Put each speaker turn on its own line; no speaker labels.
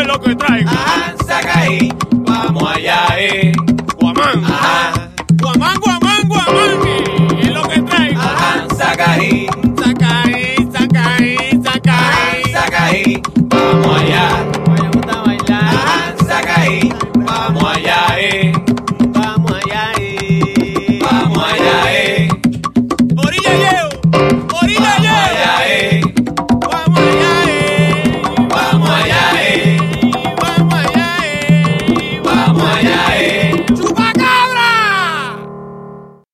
es lo que traigo.
Ajá, saca ahí, vamos allá, eh.